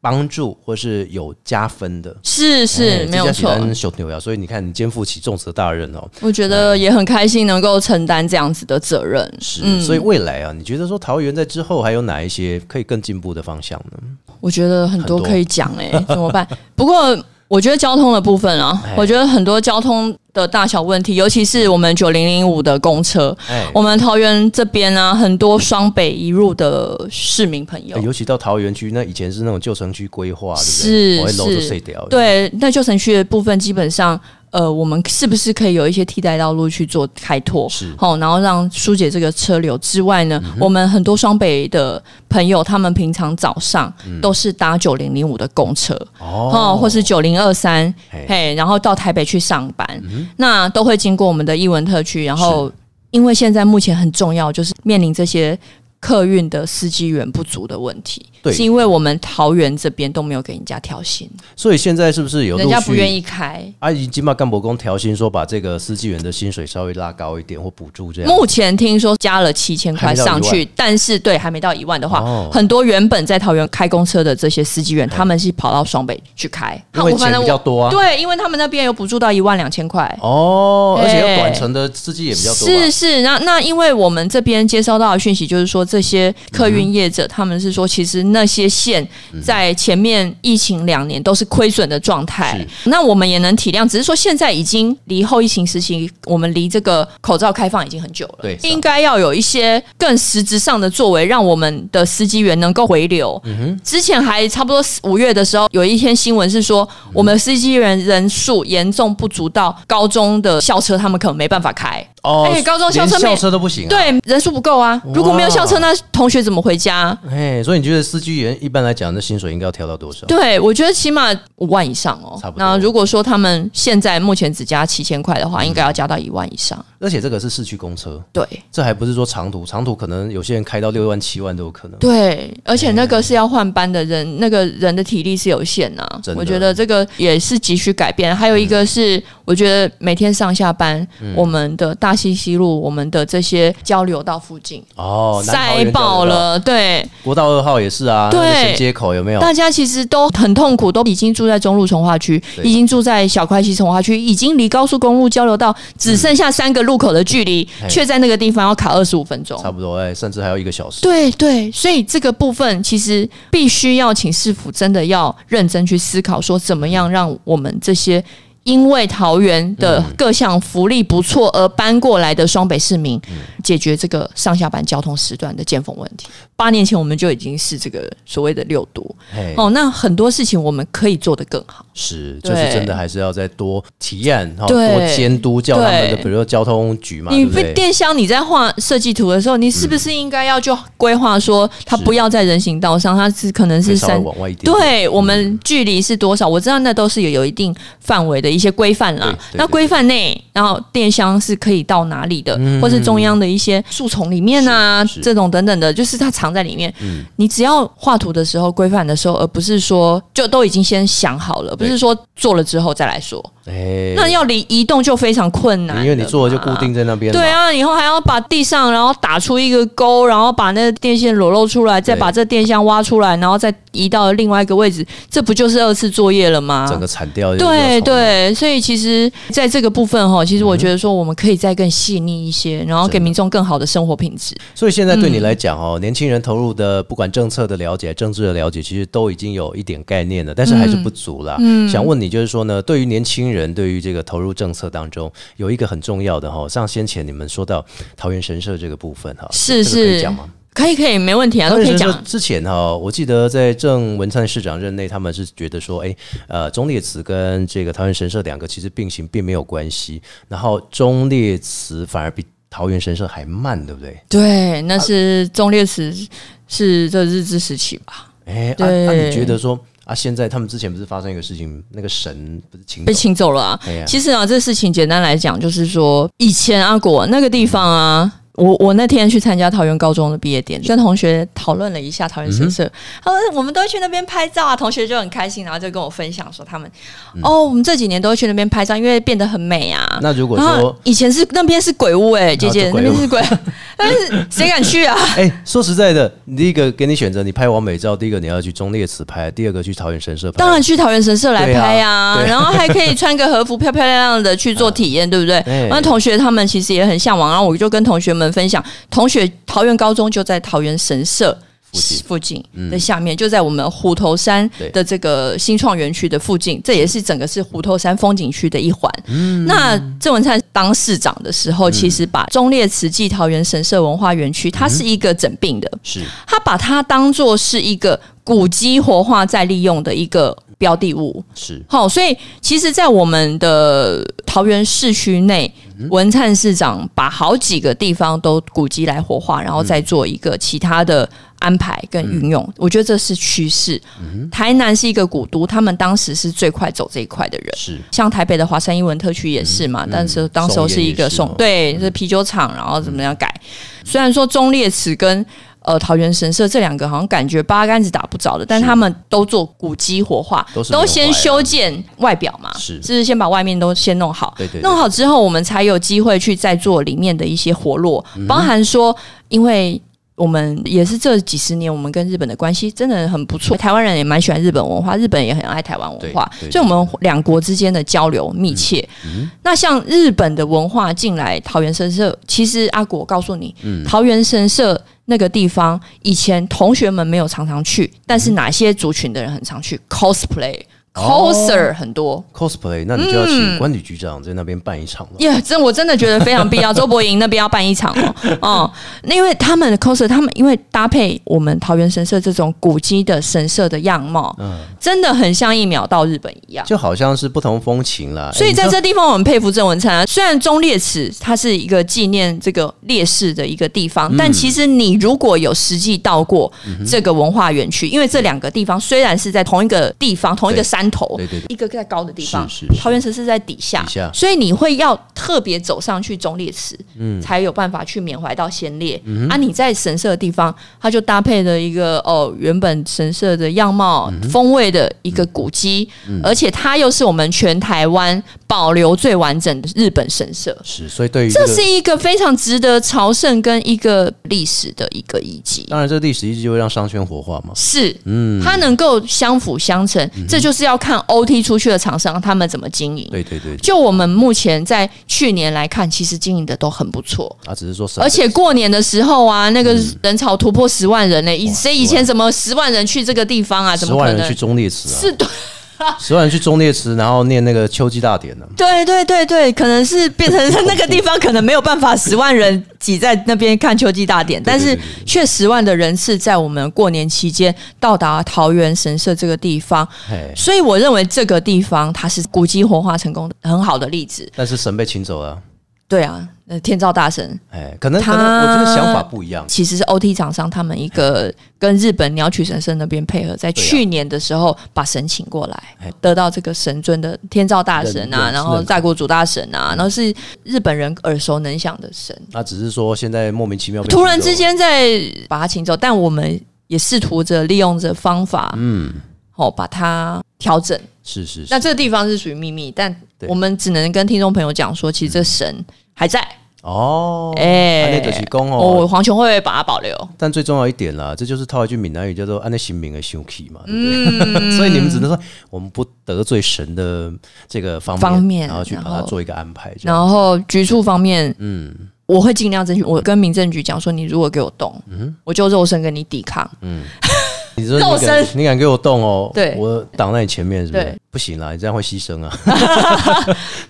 Speaker 1: 帮助或是有加分的。哎
Speaker 3: 是是，没有错。
Speaker 1: 小牛呀，所以你看，你肩负起重责大任哦。
Speaker 3: 我觉得也很开心能够承担这样子的责任。
Speaker 1: 是，所以未来啊，你觉得说桃园在之后还有哪一些可以更进步的方向呢？
Speaker 3: 我觉得很多
Speaker 1: 很多
Speaker 3: 可以讲哎、怎么办？ 不过我觉得交通的部分啊
Speaker 1: 哎，
Speaker 3: 我觉得很多交通的大小问题，尤其是我们九零零五的公车，
Speaker 1: 哎，
Speaker 3: 我们桃园这边呢、很多双北一路的市民朋友，
Speaker 1: 哎尤其到桃园区，那以前是那种旧城区规划，对不对？
Speaker 3: 是
Speaker 1: 我会楼就是碎掉。，
Speaker 3: 对，那旧城区的部分基本上。呃，我们是不是可以有一些替代道路去做开拓？
Speaker 1: 是嗯
Speaker 3: 好，然后让疏解这个车流之外呢，我们很多双北的朋友，他们平常早上
Speaker 1: 嗯
Speaker 3: 都是搭九零零五的公车，哦，或是九零二三
Speaker 1: 嘿，嗯
Speaker 3: 嘿，然后到台北去上班，那都会经过我们的艺文特区。然后，因为现在目前很重要，就是面临这些客运的司机员不足的问题，
Speaker 1: 对
Speaker 3: 是因为我们桃园这边都没有给人家调薪，
Speaker 1: 所以现在是不是有
Speaker 3: 人家
Speaker 1: 陆续
Speaker 3: 不愿意开。
Speaker 1: 阿姨金马干部工调薪说，把这个司机员的薪水稍微拉高一点或补助这样。
Speaker 3: 目前听说加了七千块上
Speaker 1: 啊还没到一
Speaker 3: 去，但是对还没到一万的话，
Speaker 1: 哦
Speaker 3: 很多原本在桃园开公车的这些司机员，他们是跑到双北去开，
Speaker 1: 因为
Speaker 3: 我反
Speaker 1: 钱
Speaker 3: 正
Speaker 1: 比
Speaker 3: 我
Speaker 1: 较多啊。
Speaker 3: 对，因为他们那边有补助到一万两千块。
Speaker 1: 哦，而且
Speaker 3: 对
Speaker 1: 要短程的司机也比较多吧。
Speaker 3: 是是，那那因为我们这边接收到的讯息就是说，这些客运业者、他们是说，其实那些线在前面疫情两年都是亏损的状态。那我们也能体谅，只是说现在已经离后疫情时期，我们离这个口罩开放已经很久了，
Speaker 1: 对是啊
Speaker 3: 应该要有一些更实质上的作为，让我们的司机员能够回流。
Speaker 1: 嗯
Speaker 3: 之前还差不多四五月的时候，有一篇新闻是说，我们的司机员人数严重不足到高中的校车他们可能没办法开。
Speaker 1: 哦，
Speaker 3: 哎高中校
Speaker 1: 连
Speaker 3: 车妹
Speaker 1: 校车都不行、啊，，
Speaker 3: 对，人数不够啊，如果没有校车，那同学怎么回家？
Speaker 1: 哎，所以你觉得司机员一般来讲，那薪水应该要调到多少？
Speaker 3: 对，我觉得起码五万以上哦
Speaker 1: 差。不多
Speaker 3: 那如果说他们现在目前只加七千块
Speaker 1: 嗯
Speaker 3: 的话，应该要加到一万以上。
Speaker 1: 而且这个是市区公车，
Speaker 3: 对
Speaker 1: 这还不是说长途，长途可能有些人开到六万、七万都有可能。
Speaker 3: 对，而且那个是要换班的人，那个人的体力是有限呐、
Speaker 1: 嗯真的嗯
Speaker 3: 我觉得这个也是急需改变。还有一个是，我觉得每天上下班，我们的大溪西路，我们的这些交流道附近。
Speaker 1: 哦，南桃园
Speaker 3: 塞爆
Speaker 1: 交流道，
Speaker 3: 了，对，
Speaker 1: 国道二号也是啊，
Speaker 3: 对
Speaker 1: 那个新街口有没有？
Speaker 3: 大家其实都很痛苦，都已经住在中路从化区，
Speaker 1: 对
Speaker 3: 已经住在小快溪从化区，已经离高速公路交流道只剩下三个路口的距离，
Speaker 1: 嗯嘿
Speaker 3: 却在那个地方要卡二十五分钟。
Speaker 1: 差不多，哎，甚至还要一个小时。
Speaker 3: 对对，所以这个部分其实必须要请市府真的要认真去思考，说怎么样让我们这些因为桃园
Speaker 1: 嗯
Speaker 3: 的各项福利不错而搬过来的双北市民，
Speaker 1: 嗯
Speaker 3: 解决这个上下班交通时段的尖峰问题。八年前我们就已经是这个所谓的六都
Speaker 1: 嘿，
Speaker 3: 哦，那很多事情我们可以做得更好。
Speaker 1: 是，就
Speaker 3: 对
Speaker 1: 是真的还是要再多体验，哈，
Speaker 3: 对
Speaker 1: 多监督叫他们的，
Speaker 3: 对
Speaker 1: 比如说交通局嘛，
Speaker 3: 你
Speaker 1: 啊对不对？
Speaker 3: 电箱你在画设计图的时候，你是不是应该要就规划说，它
Speaker 1: 是
Speaker 3: 不要在人行道上，它是可能
Speaker 1: 会
Speaker 3: 是
Speaker 1: 稍微
Speaker 3: 三
Speaker 1: 往外一点点，
Speaker 3: 对我们距离是多少？我知道那都是有有一定范围的一些规范啦
Speaker 1: 对。对
Speaker 3: 那规范内，然后电箱是可以到哪里的，或是中央的一些树丛里面啊
Speaker 1: 嗯是是，嗯
Speaker 3: 这种等等的，就是它藏在里面。你只要画图的时候规范的时候，而不是说就都已经先想好了，不
Speaker 1: 对
Speaker 3: 是说做了之后再来说。
Speaker 1: 哎，
Speaker 3: 那要离移动就非常困难，
Speaker 1: 因为你做了就固定。在那边了嘛，
Speaker 3: 对啊，以后还要把地上，然后打出一个沟，然后把那个电线裸露出来，再
Speaker 1: 对
Speaker 3: 把这电箱挖出来，然后再移到另外一个位置，这不就是二次作业了吗？
Speaker 1: 整个铲掉，
Speaker 3: 对，对，所以其实在这个部分哈，其实我
Speaker 1: 嗯
Speaker 3: 觉得说我们可以再更细腻一些，然后给民众更好的生活品质。
Speaker 1: 所以现在对你来讲
Speaker 3: 嗯
Speaker 1: 哦，年轻人投入的不管政策的了解、政治的了解，其实都已经有一点概念了，但是
Speaker 3: 嗯
Speaker 1: 还是不足啦。想问你，就是说呢，对于年轻人，对于这个投入政策当中，有一个很重要的哈、像先前你们说到桃园神社这个部分哈、
Speaker 3: 是
Speaker 1: 这个可以
Speaker 3: 是
Speaker 1: 讲吗？
Speaker 3: 可以可以，没问题啊，都
Speaker 1: 桃
Speaker 3: 可
Speaker 1: 园
Speaker 3: 以
Speaker 1: 神
Speaker 3: 讲
Speaker 1: 社。之前哈、我记得在郑文灿市长任内，他们是觉得说，哎，呃，忠烈祠跟这个桃园神社两个其实并行并没有关系，然后忠烈祠反而比桃园神社还慢，对不对？
Speaker 3: 对，那是忠烈祠，是这日治时期吧，
Speaker 1: 哎、那啊，啊你
Speaker 3: 对
Speaker 1: 觉得说啊，现在他们之前不是发生一个事情，那个神不是请
Speaker 3: 被
Speaker 1: 走
Speaker 3: 请走了啊。
Speaker 1: 哎呀
Speaker 3: 其实啊，这事情简单来讲，就是说以前阿果那个地方
Speaker 1: 嗯
Speaker 3: 啊。我我那天去参加桃园高中的毕业典礼，跟同学讨论了一下桃园神
Speaker 1: 嗯
Speaker 3: 社，他们我们都会去那边拍照啊，同学就很开心，然后就跟我分享说他们、哦，我们这几年都会去那边拍照，因为变得很美啊。
Speaker 1: 嗯那如果
Speaker 3: 然后
Speaker 1: 说，
Speaker 3: 以前是那边是鬼屋哎、姐姐
Speaker 1: 就
Speaker 3: 那
Speaker 1: 鬼屋
Speaker 3: 边是鬼， 但是谁敢去啊？
Speaker 1: 哎、说实在的，你第一个给你选择，你拍完美照，第一个你要去忠烈祠拍，第二个去桃园神社拍。
Speaker 3: 当然去桃园神社来拍呀、
Speaker 1: 对啊 对
Speaker 3: 然后还可以穿个和服，漂漂亮亮的去做体验，对不 对？
Speaker 1: 对
Speaker 3: 那同学他们其实也很向往，然后我就跟同学们分享，同学桃园高中就在桃园神社。
Speaker 1: 附近嗯
Speaker 3: 附近的下面，就在我们虎头山的这个新创园区的附近，这也是整个是虎头山风景区的一环。
Speaker 1: 嗯
Speaker 3: 那郑文灿当市长的时候，其实把忠烈祠暨桃园神社文化园区，
Speaker 1: 嗯
Speaker 3: 它是一个整并的，
Speaker 1: 是
Speaker 3: 他把它当做是一个古迹活化再利用的一个标的物。
Speaker 1: 是，
Speaker 3: 好，所以其实，在我们的桃园市区内，文灿市长把好几个地方都古迹来活化，然后再做一个其他的安排跟运用。我觉得这是趋势。台南是一个古都，他们当时是最快走这一块的人。
Speaker 1: 是
Speaker 3: 像台北的华山英文特区也是嘛，但是当时候是一个
Speaker 1: 嗯松
Speaker 3: 送
Speaker 1: 烟也是哦
Speaker 3: 对，是啤酒厂，然后怎么样改？虽然说忠烈祠跟呃桃园神社这两个好像感觉八竿子打不着的，但他们都做古迹活化，
Speaker 1: 都是
Speaker 3: 先
Speaker 1: 缅怀啊
Speaker 3: 修建外表嘛，
Speaker 1: 是
Speaker 3: 就是先把外面都先弄好，
Speaker 1: 对对对
Speaker 3: 弄好之后，我们才有机会去再做里面的一些活络，
Speaker 1: 嗯
Speaker 3: 包含说因为。我们也是这几十年，我们跟日本的关系真的很不错。台湾人也蛮喜欢日本文化，日本也很爱台湾文化，
Speaker 1: 对对嗯
Speaker 3: 所以我们两国之间的交流密切。那像日本的文化进来桃园神社，其实阿果告诉你，
Speaker 1: 嗯
Speaker 3: 桃园神社那个地方
Speaker 1: 嗯
Speaker 3: 以前同学们没有常常去，但是哪些族群的人很常去 cosplay。
Speaker 1: 哦
Speaker 3: coser 很多。
Speaker 1: cosplay，那你就要
Speaker 3: 嗯
Speaker 1: 请关旅局长在那边办一场了。
Speaker 3: 耶真我真的觉得非常必 要。周伯莹那边要办一场哦，哦，那因为他们的 coser，他们因为搭配我们桃园神社这种古迹的神社的样貌，真的很像一秒到日本一样。
Speaker 1: 嗯就哎好像是不同风情啦，
Speaker 3: 所以在
Speaker 1: 哎
Speaker 3: 这地方，我很佩服郑文灿啊。虽然忠烈祠它是一个纪念这个烈士的一个地
Speaker 1: 嗯
Speaker 3: 方，但其实你如果有实际到过这个文化园区，因为这两个地方虽然是在同一个地方、同一个山头，
Speaker 1: 对对对
Speaker 3: 一个在高的地方，
Speaker 1: 是是是
Speaker 3: 桃园城是在底下，
Speaker 1: 底下
Speaker 3: 所以你会要特别走上去忠烈祠，
Speaker 1: 嗯
Speaker 3: 才有办法去缅怀到先烈。啊，你在神社的地方，它就搭配了一个哦原本神社的样貌、
Speaker 1: 嗯
Speaker 3: 风味的一个古迹，而且它又是我们全台湾保留最完整的日本神社。
Speaker 1: 是，所以对于
Speaker 3: 这
Speaker 1: 个
Speaker 3: 是一个非常值得朝圣跟一个历史的一个遗迹。
Speaker 1: 当然，这个历史遗迹就会让商圈活化嘛。
Speaker 3: 是，
Speaker 1: 嗯
Speaker 3: 它能够相辅相成，这就是要看 OT 出去的厂商他们怎么经营。
Speaker 1: 对对对，
Speaker 3: 就我们目前在去年来看，其实经营的都很不错。
Speaker 1: 啊，只是说省
Speaker 3: 而且过年的时候啊，那个
Speaker 1: 嗯
Speaker 3: 人潮突破十万人呢、以谁以前怎么十万人去这个地方啊？怎
Speaker 1: 十
Speaker 3: 么可
Speaker 1: 万人
Speaker 3: 能
Speaker 1: 去？忠烈祠啊，
Speaker 3: 是对
Speaker 1: 十万人去忠烈祠，然后念那个秋季大典呢、
Speaker 3: 对对对对，可能是变成那个地方可能没有办法十万人挤在那边看秋季大典，但
Speaker 1: 对
Speaker 3: 是
Speaker 1: 对
Speaker 3: 却十万的人次在我们过年期间到达桃园神社这个地方，
Speaker 1: 嘿，
Speaker 3: 所以我认为这个地方它是古迹活化成功的很好的例子。
Speaker 1: 但是神被请走了，
Speaker 3: 对啊，呃，天照大神
Speaker 1: 哎，可能可
Speaker 3: 他
Speaker 1: 能我觉得想法不一样，
Speaker 3: 其实是 OT 厂商他们一个跟日本鸟取神社那边配合，在
Speaker 1: 对啊
Speaker 3: 去年的时候把神请过来
Speaker 1: 哎，
Speaker 3: 得到这个神尊的天照大神
Speaker 1: 认
Speaker 3: 啊，
Speaker 1: 认
Speaker 3: 然后
Speaker 1: 认
Speaker 3: 大国主大神啊，
Speaker 1: 嗯
Speaker 3: 然后是日本人耳熟能详的神，
Speaker 1: 那只是说现在莫名其妙被
Speaker 3: 突然
Speaker 1: 请走
Speaker 3: 之间在把他请走，但我们也试图着利用着方法，嗯，哦，把它调整。
Speaker 1: 是是是
Speaker 3: 那这个地方是属于秘密，但
Speaker 1: 对
Speaker 3: 我们只能跟听众朋友讲说，其实这神还在，
Speaker 1: 哦，
Speaker 3: 哎
Speaker 1: 安内德奇公
Speaker 3: 哦，
Speaker 1: 哦，
Speaker 3: 黄琼会把它保留。
Speaker 1: 但最重要一点啦，这就是套一句闽南语叫做“安内啊行明的休气”嘛，对不对？
Speaker 3: 嗯
Speaker 1: 所以你们只能说我们不得罪神的这个方面，
Speaker 3: 方面
Speaker 1: 然后去把它
Speaker 3: 然后
Speaker 1: 做一个安排，这样
Speaker 3: 然后局处方面，嗯，我会尽量争取。我跟民政局讲说，你如果给我动，我就肉身跟你抵抗。
Speaker 1: 你说
Speaker 3: 肉
Speaker 1: 你敢你敢给我动哦？
Speaker 3: 对
Speaker 1: 我挡在你前面是不是
Speaker 3: 对？
Speaker 1: 不行啦，你这样会牺 牲啊！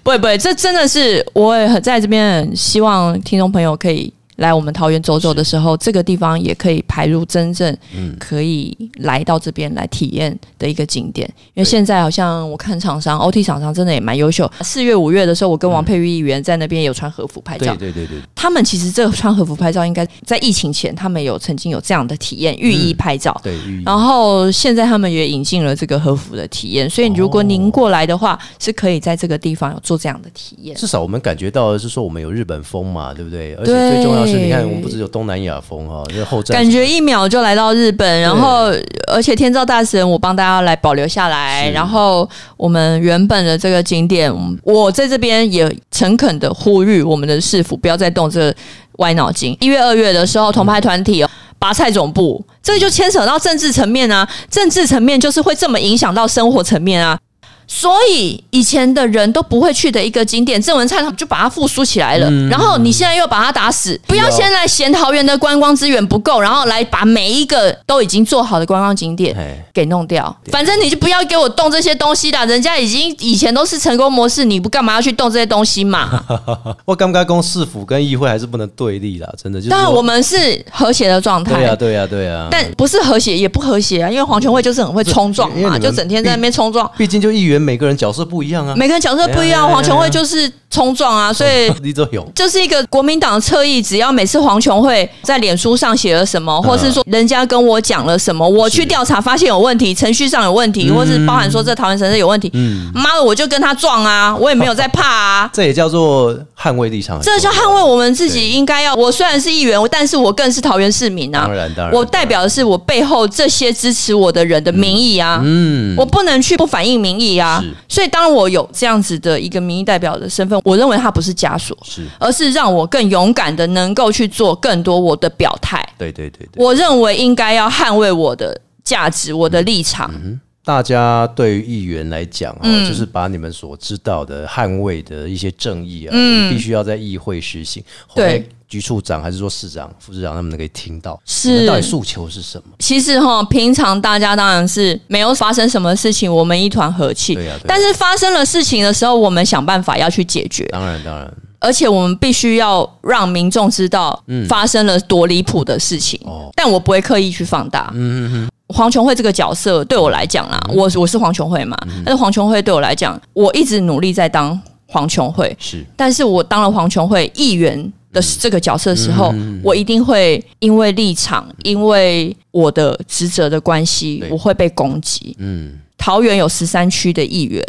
Speaker 3: 不会不会，这真的是我也很在这边很希望听众朋友可以。来我们桃园走走的时候，这个地方也可以排入真正可以来到这边来体验的一个景点。因为现在好像我看厂商 OT 厂商真的也蛮优秀。四月五月的时候，我跟王佩瑜议员在那边有穿和服拍照
Speaker 1: 对，对对对，
Speaker 3: 他们其实这个穿和服拍照，应该在疫情前他们有曾经有这样的体验，浴衣拍照。
Speaker 1: 对，寓意
Speaker 3: 然后现在他们也引进了这个和服的体验，所以如果您过来的话，是可以在这个地方有做这样的体验。
Speaker 1: 至少我们感觉到的是说我们有日本风嘛，对不对？而且
Speaker 3: 对
Speaker 1: 最重要是，你看我们不只有东南亚风哈，这后战
Speaker 3: 感觉一秒就来到日本，然后而且天照大神，我帮大家来保留下来。
Speaker 1: 是
Speaker 3: 然后我们原本的这个景点，我在这边也诚恳的呼吁我们的市府不要再动这个歪脑筋。一月、二月的时候，同派团
Speaker 1: 嗯
Speaker 3: 体哦。拔菜总部，这个就牵扯到政治层面啊，政治层面就是会这么影响到生活层面啊。所以以前的人都不会去的一个景点，郑文灿他们就把它复苏起来了。
Speaker 1: 嗯
Speaker 3: 然后你现在又把它打死，不要先来嫌桃园的观光资源不够，然后来把每一个都已经做好的观光景点
Speaker 1: 哎，
Speaker 3: 给弄掉。反正你就不要给我动这些东西啦，人家已经以前都是成功模式，你不干嘛要去动这些东 西嘛？
Speaker 1: 我刚刚公市府跟议会还是不能对立啦，真的就是说。
Speaker 3: 当然我们是和谐的状
Speaker 1: 对啊
Speaker 3: 态
Speaker 1: 呀，对呀对呀，
Speaker 3: 但不是和谐也不和谐啊，因为黄权惠就是很会冲撞
Speaker 1: 因为你
Speaker 3: 嘛，
Speaker 1: 们
Speaker 3: 就整天在那边冲撞。
Speaker 1: 毕竟就议员每个人角色不一样啊，
Speaker 3: 每个人角色不
Speaker 1: 哎
Speaker 3: 一
Speaker 1: 呀
Speaker 3: 样，
Speaker 1: 哎呀
Speaker 3: 黄权
Speaker 1: 哎
Speaker 3: 惠
Speaker 1: 呀
Speaker 3: 就是冲撞啊，所以
Speaker 1: 李泽勇。
Speaker 3: 就是一个国民党侧翼，只要每次黄琼会在脸书上写了什么，或是说人家跟我讲了什么，我去调查发现有问题，程序上有问题，或是包含说这桃园神社有问题，妈的，我就跟他撞啊，我也没有在怕啊
Speaker 1: 这也叫做捍卫立场，
Speaker 3: 这就捍卫我啊们自己应该要。我虽然是议员，但是我更是桃园市民啊！
Speaker 1: 当然当然
Speaker 3: 我代表的是我背后这些支持我的人的民意啊！
Speaker 1: 嗯，
Speaker 3: 我不能去不反映民意啊
Speaker 1: 是！
Speaker 3: 所以，当我有这样子的一个民意代表的身份，我认为他不是枷锁，
Speaker 1: 是，
Speaker 3: 而是让我更勇敢的能够去做更多我的表态。
Speaker 1: 对对对对，嗯
Speaker 3: 我认为应该要捍卫我的价值、我的立场。
Speaker 1: 大家对于议员来讲哦，
Speaker 3: 嗯
Speaker 1: 就是把你们所知道的捍卫的一些正义啊，你必须要在议会实行。后来
Speaker 3: 嗯对
Speaker 1: 局处长还是说市长、副市长他们能够听到，
Speaker 3: 是
Speaker 1: 你们到底诉求是什么？
Speaker 3: 其实哈，平常大家当然是没有发生什么事情，我们一团和气。
Speaker 1: 对啊呀对呀
Speaker 3: 但是发生了事情的时候，我们想办法要去解决，
Speaker 1: 当然，当然，
Speaker 3: 而且我们必须要让民众知道发生了多离谱的事情。
Speaker 1: 哦
Speaker 3: 但我不会刻意去放大。嗯嗯嗯。黄琼慧这个角色对我来讲啦，我我是黄琼慧嘛，但是黄琼慧对我来讲，我一直努力在当黄琼慧，
Speaker 1: 是
Speaker 3: 但是我当了黄琼会议员的这个角色的时候，我一定会因为立场，因为我的职责的关系
Speaker 1: 对，
Speaker 3: 我会被攻击。
Speaker 1: 嗯，
Speaker 3: 桃园有十三区的议员，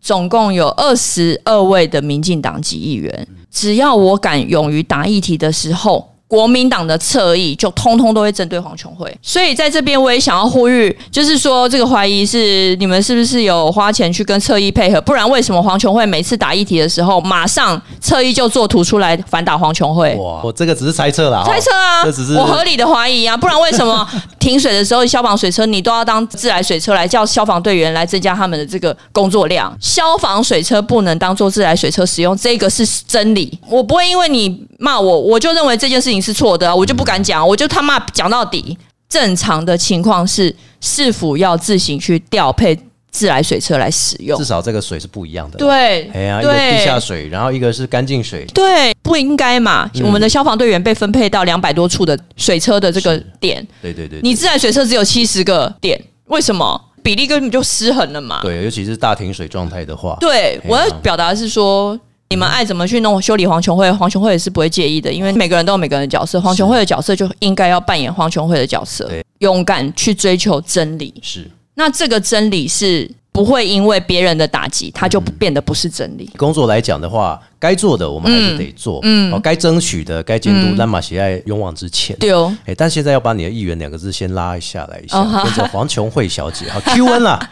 Speaker 3: 总共有二十二位的民进党籍议员，只要我敢勇于答议题的时候。国民党的侧翼就通通都会针对黄琼慧，所以在这边我也想要呼吁，就是说这个怀疑是你们是不是有花钱去跟侧翼配合？不然为什么黄琼慧每次打议题的时候，马上侧翼就做图出来反打黄琼慧？
Speaker 1: 哇，我这个只是猜测啦，哦
Speaker 3: 猜测啊，
Speaker 1: 这只是
Speaker 3: 我合理的怀疑啊，不然为什 么停水的时候消防水车你都要当自来水车来叫消防队员来增加他们的这个工作量？消防水车不能当做自来水车使用，这个是真理。我不会因为你骂我，我就认为这件事情是错的啊、我就不敢讲，
Speaker 1: 嗯
Speaker 3: 我就他妈讲到底。正常的情况是，市府要自行去调配自来水车来使用
Speaker 1: 至。少这个水是不一样的。，
Speaker 3: 对，
Speaker 1: 哎呀，一个
Speaker 3: 对
Speaker 1: 地下水，然后一个是干净水，
Speaker 3: 对，不应该嘛！
Speaker 1: 嗯
Speaker 3: 我们的消防队员被分配到两百多处的水车的这个点，
Speaker 1: 对对对，对
Speaker 3: 你自来水车只有七十个点，为什么？比例根本就失衡了嘛。
Speaker 1: 对，尤其是大停水状态的话，
Speaker 3: 对，
Speaker 1: 嘿啊
Speaker 3: 我要表达的是说，你们爱怎么去弄修理黄琼慧，黄琼慧也是不会介意的，因为每个人都有每个人的角色，黄琼慧的角色就应该要扮演黄琼慧的角色
Speaker 1: 对，
Speaker 3: 勇敢去追求真理。
Speaker 1: 是。
Speaker 3: 那这个真理是不会因为别人的打击，它就变得不是真理。
Speaker 1: 工作来讲的话，该做的我们还是得做，嗯，哦，该争取的、该监督，拉马喜爱勇往直前。
Speaker 3: 嗯对哦，
Speaker 1: 哎，但现在要把你的“议员”两个字先拉下来一下，
Speaker 3: 哦好
Speaker 1: 跟着黄琼慧小姐好 Q N 啦。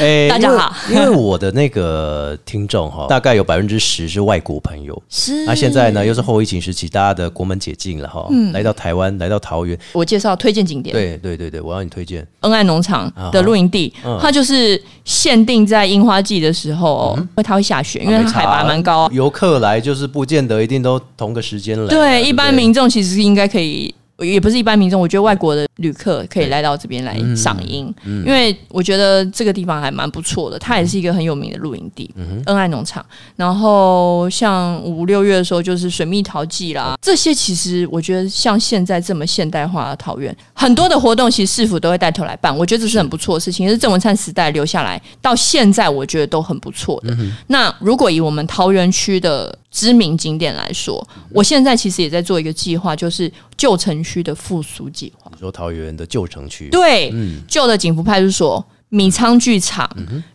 Speaker 1: 哎
Speaker 3: 大家好
Speaker 1: 因为因为我的那个听众哈，大概有百分之十是外国朋友。
Speaker 3: 是
Speaker 1: 那现在呢，又是后疫情时期，大家的国门解禁了哈，
Speaker 3: 嗯
Speaker 1: 来到台湾，来到桃园，
Speaker 3: 我介绍推荐景点，
Speaker 1: 对对对对，我要你推荐
Speaker 3: 恩爱农场的露营地，它就是限定在樱花季的时候哦，因为它会下雪，因
Speaker 1: 啊
Speaker 3: 为它海拔蛮高。啊
Speaker 1: 游客来就是不见得一定都同个时间来啊，
Speaker 3: 对，
Speaker 1: 不
Speaker 3: 一般民众其实应该可以，也不是一般民众，我觉得外国的旅客可以来到这边来赏樱，因为我觉得这个地方还蛮不错的，它也是一个很有名的露营地，恩爱农场。然后像五六月的时候，就是水蜜桃季啦，这些其实我觉得像现在这么现代化的桃园，很多的活动其实市府都会带头来办，我觉得这是很不错的事情，也是郑文灿时代留下来到现在，我觉得都很不错的。那如果以我们桃园区的知名景点来说，我现在其实也在做一个计划，就是旧城区的复苏计划。
Speaker 1: 你说桃园的旧城区，嗯
Speaker 3: 对，旧的景福派出所、米仓剧场，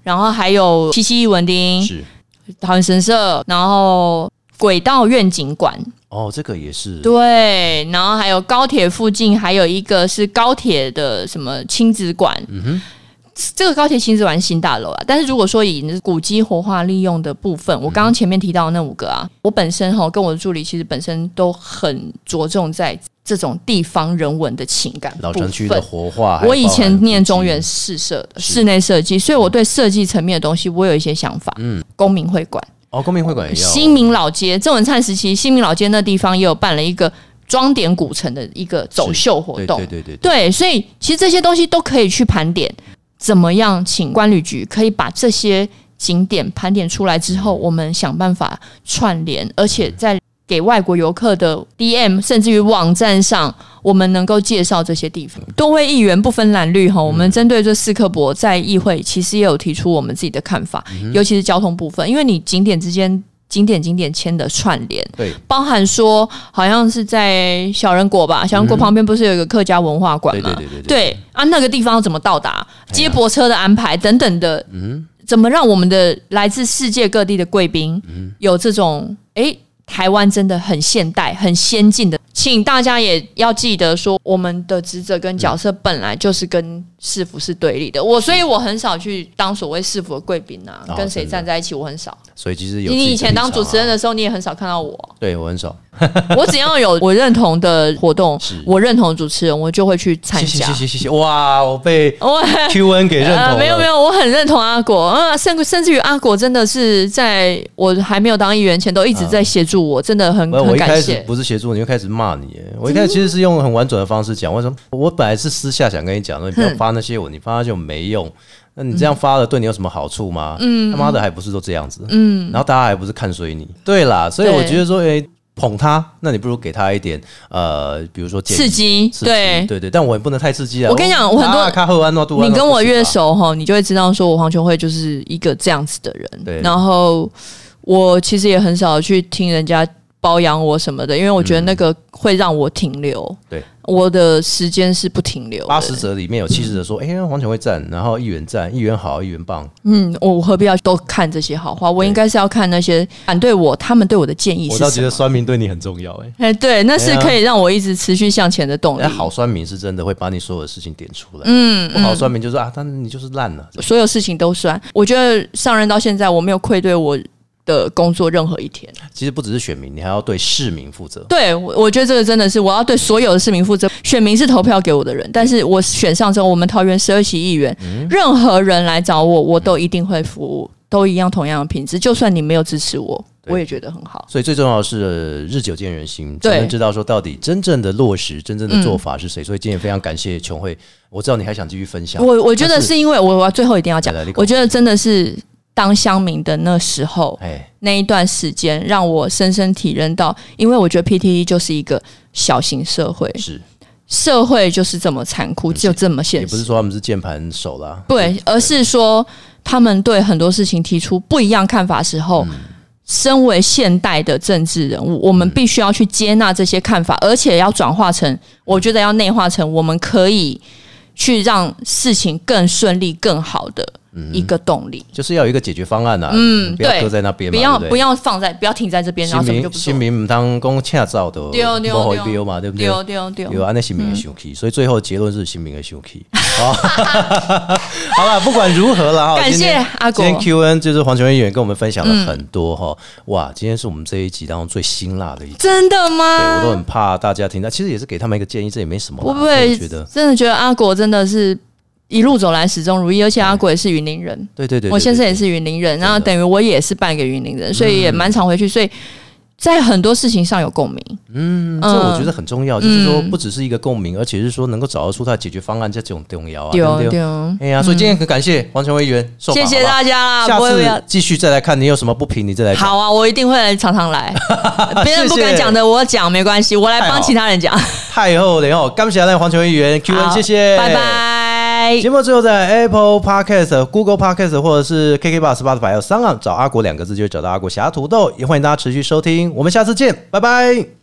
Speaker 3: 然后还有七七艺文町、
Speaker 1: 是
Speaker 3: 桃园神社，然后轨道愿景馆，
Speaker 1: 哦，这个也是
Speaker 3: 对，然后还有高铁附近还有一个是高铁的什么亲子馆，嗯哼。这个高铁亲子馆是新大楼啊，但是如果说以古迹活化利用的部分，我刚刚前面提到的那五个啊，我本身哈跟我的助理其实本身都很着重在这种地方人文的情感
Speaker 1: 老
Speaker 3: 部
Speaker 1: 城区的
Speaker 3: 分。
Speaker 1: 活化。还
Speaker 3: 我以
Speaker 1: 包含
Speaker 3: 前念
Speaker 1: 古迹
Speaker 3: 中原市设的室内设计，所以我对设计层面的东西我有一些想法。嗯，公民会馆。
Speaker 1: 哦，公民会馆也要
Speaker 3: 新民老街，郑文灿时期，新民老街那地方也有办了一个装点古城的一个走秀活动。
Speaker 1: 对对对对对，
Speaker 3: 对所以其实这些东西都可以去盘点，怎么样，请关旅局可以把这些景点盘点出来之后，我们想办法串联，而且在给外国游客的 DM 甚至于网站上，我们能够介绍这些地方。多位议员不分蓝绿哈，我们针对这斯克伯在议会其实也有提出我们自己的看法，尤其是交通部分，因为你景点之间。景点景点间的串联，
Speaker 1: 对
Speaker 3: 包含说好像是在小人国吧，小人国旁边不是有一个客家文化馆吗？
Speaker 1: 嗯对对对对对嗯
Speaker 3: 啊，那个地方要怎么到达？接驳车的安排等等的，
Speaker 1: 嗯
Speaker 3: 怎么让我们的来自世界各地的贵宾有这种诶台湾真的很现代、很先进的，请大家也要记得说，我们的职责跟角色本来就是跟市府是对立
Speaker 1: 嗯
Speaker 3: 的。我所以我很少去当所谓市府的贵宾啊，
Speaker 1: 哦
Speaker 3: 跟谁
Speaker 1: 真的
Speaker 3: 站在一起，我很少。
Speaker 1: 所以其实有
Speaker 3: 你
Speaker 1: 自己
Speaker 3: 以前
Speaker 1: 的立
Speaker 3: 当主
Speaker 1: 场
Speaker 3: 持人
Speaker 1: 啊，
Speaker 3: 的时候，你也很少看到我。
Speaker 1: 对我很少
Speaker 3: 我只要有我认同的活动
Speaker 1: 是，
Speaker 3: 我认同的主持人，我就会去参
Speaker 1: 谢谢
Speaker 3: 加
Speaker 1: 谢。谢谢谢，哇，我被
Speaker 3: 我
Speaker 1: Q N 给认同了，
Speaker 3: 呃，没有没有，我很认同阿果啊，甚甚至于阿果真的是在我还没有当议员前都一直在协助我，真的很
Speaker 1: 没有，我
Speaker 3: 很
Speaker 1: 一开
Speaker 3: 感
Speaker 1: 始
Speaker 3: 谢。
Speaker 1: 不是协助你，就开始骂你耶。我一开始其实是用很婉转的方式讲，为什么？我本来是私下想跟你讲说，你不要发那些我，你发那些我没用。那你这
Speaker 3: 嗯
Speaker 1: 样发了，对你有什么好处吗？嗯，他妈的还不是都这样子，嗯，然后大家还不是看衰你，对啦，所以我
Speaker 3: 对
Speaker 1: 觉得说，诶，捧他，那你不如给他一点，呃，比如说建议
Speaker 3: 刺激
Speaker 1: 刺激
Speaker 3: 对
Speaker 1: 对对，但我也不能太刺激啊。
Speaker 3: 我跟你讲我很多
Speaker 1: 卡赫安诺杜安，
Speaker 3: 你跟我越
Speaker 1: 越，
Speaker 3: 熟哈，你就会知道说我黄琼慧就是一个这样子的
Speaker 1: 对
Speaker 3: 人。然后我其实也很少去听人家包养我什么的，因为我觉得那个会让我停留。
Speaker 1: 嗯对，
Speaker 3: 我的时间是不停留的。
Speaker 1: 八十则里面有七十则说，哎、黄琼会赞，然后议员赞，议员好，议员棒，
Speaker 3: 嗯，我何必要都看这些好话？我
Speaker 1: 对
Speaker 3: 应该是要看那些反对我他们对我的建议
Speaker 1: 我
Speaker 3: 是
Speaker 1: 倒
Speaker 3: 什
Speaker 1: 觉
Speaker 3: 么
Speaker 1: 得。酸民对你很重要、诶。
Speaker 3: 哎，对，那是
Speaker 1: 对啊
Speaker 3: 可以让我一直持续向前的动力。
Speaker 1: 哎，好酸民是真的会把你所有的事情点出来，嗯，不好酸民就是啊，他你就是烂了，
Speaker 3: 所有事情都算。我觉得上任到现在，我没有愧对我的工作任何一天。
Speaker 1: 其实不只是选民，你还要对市民负责。
Speaker 3: 对，我我觉得这个真的是我要对所有的市民负责。选民是投票给我
Speaker 1: 嗯
Speaker 3: 的人，但是我选上之后，我们桃园十二席议员，任何人来找我，
Speaker 1: 嗯
Speaker 3: 我都一定会服务，都一样同样的品质。就算你没有支持我，
Speaker 1: 对
Speaker 3: 我也觉得很好。
Speaker 1: 所以最重要的是呃日久见人心，
Speaker 3: 对嗯
Speaker 1: 才能知道说到底真正的落实、真正的做法是谁。所以今天也非常感谢琼慧，我知道你还想继续分享。
Speaker 3: 我我觉得
Speaker 1: 但是
Speaker 3: 是因为我我最后一定要讲
Speaker 1: 来来你，讲
Speaker 3: 我觉得真的是当乡民的那时候，
Speaker 1: 哎，
Speaker 3: 那一段时间，让我深深体认到，因为我觉得 PTE 就是一个小型社会，
Speaker 1: 是，
Speaker 3: 社会就是这么残酷，就这么
Speaker 1: 也
Speaker 3: 现
Speaker 1: 不是
Speaker 3: 实。
Speaker 1: 说他们是键盘手啦，
Speaker 3: 对，而是说他们对很多事情提出不一样看法时候，
Speaker 1: 嗯
Speaker 3: 身为现代的政治人物，我们必须要去接纳这些看法，而且要转化成，我觉得要内化成我们可以去让事情更顺利、更好的
Speaker 1: 嗯
Speaker 3: 一个动力。
Speaker 1: 就是要有一个解决方案呐，嗯不要
Speaker 3: 对
Speaker 1: 搁在那边
Speaker 3: 不
Speaker 1: 嘛，
Speaker 3: 要
Speaker 1: 对
Speaker 3: 不
Speaker 1: 对
Speaker 3: 要放在不要停在这边，然
Speaker 1: 新
Speaker 3: 后什么就
Speaker 1: 民
Speaker 3: 不做哦
Speaker 1: 新。民唔当讲恰照的，
Speaker 3: 丢
Speaker 1: 不
Speaker 3: 丢
Speaker 1: 好
Speaker 3: 丢
Speaker 1: 丢嘛，对不对？
Speaker 3: 丢丢丢
Speaker 1: 有。啊，那新民的生
Speaker 3: 嗯
Speaker 1: 气，所以最后结论是新民的生气。 好，好了，不管如何了哈，
Speaker 3: 感谢
Speaker 1: 今天
Speaker 3: 阿嗯
Speaker 1: 今
Speaker 3: 果
Speaker 1: 天 Q N 就是黄琼恩议员跟我们分享了很多哈、哇，今天是我们这一集当中最辛辣的一集，
Speaker 3: 真的
Speaker 1: 对我
Speaker 3: 吗？
Speaker 1: 都很怕大家听到，其实也是给他们一个建议，这也没什么啦，
Speaker 3: 啊我不
Speaker 1: 所以
Speaker 3: 会
Speaker 1: 我觉得，
Speaker 3: 真的觉得阿果真的是一路走来始终如一，而且阿果也是云林人，
Speaker 1: 对对对
Speaker 3: 我先生也，
Speaker 1: 对对
Speaker 3: 是云林人，
Speaker 1: 的
Speaker 3: 然后等于我也是半个云林人，所以也蛮常回去，所以在很多事情上有共鸣。
Speaker 1: 嗯
Speaker 3: 嗯
Speaker 1: 这我觉得很重要，就是说不只是一个共鸣，而且是说能够找得出他的解决方案，这种重要啊，对不
Speaker 3: 丢
Speaker 1: 对？
Speaker 3: 丢，
Speaker 1: 哎呀，所以今天很感谢黄琼恩议员受访，
Speaker 3: 哦谢谢大
Speaker 1: 家。
Speaker 3: 家啦，
Speaker 1: 下
Speaker 3: 不会不要
Speaker 1: 次。继续再来看你有什么不平，你再来讲。
Speaker 3: 好啊，我一定会常 常来。别人不
Speaker 1: 谢
Speaker 3: 敢
Speaker 1: 谢
Speaker 3: 讲的，我讲没关系，我来
Speaker 1: 太好
Speaker 3: 帮其他人讲。
Speaker 1: 太后了哦，感谢咱的黄球议员 Q
Speaker 3: 好
Speaker 1: N，谢谢，
Speaker 3: 拜。拜。
Speaker 1: 节目最后在 Apple Podcast、Google Podcast 或者是 KK b o x Spotify 还有 s o 找阿国两个字就会找到阿国侠土豆，也欢迎大家持续收听，我们下次见，拜拜。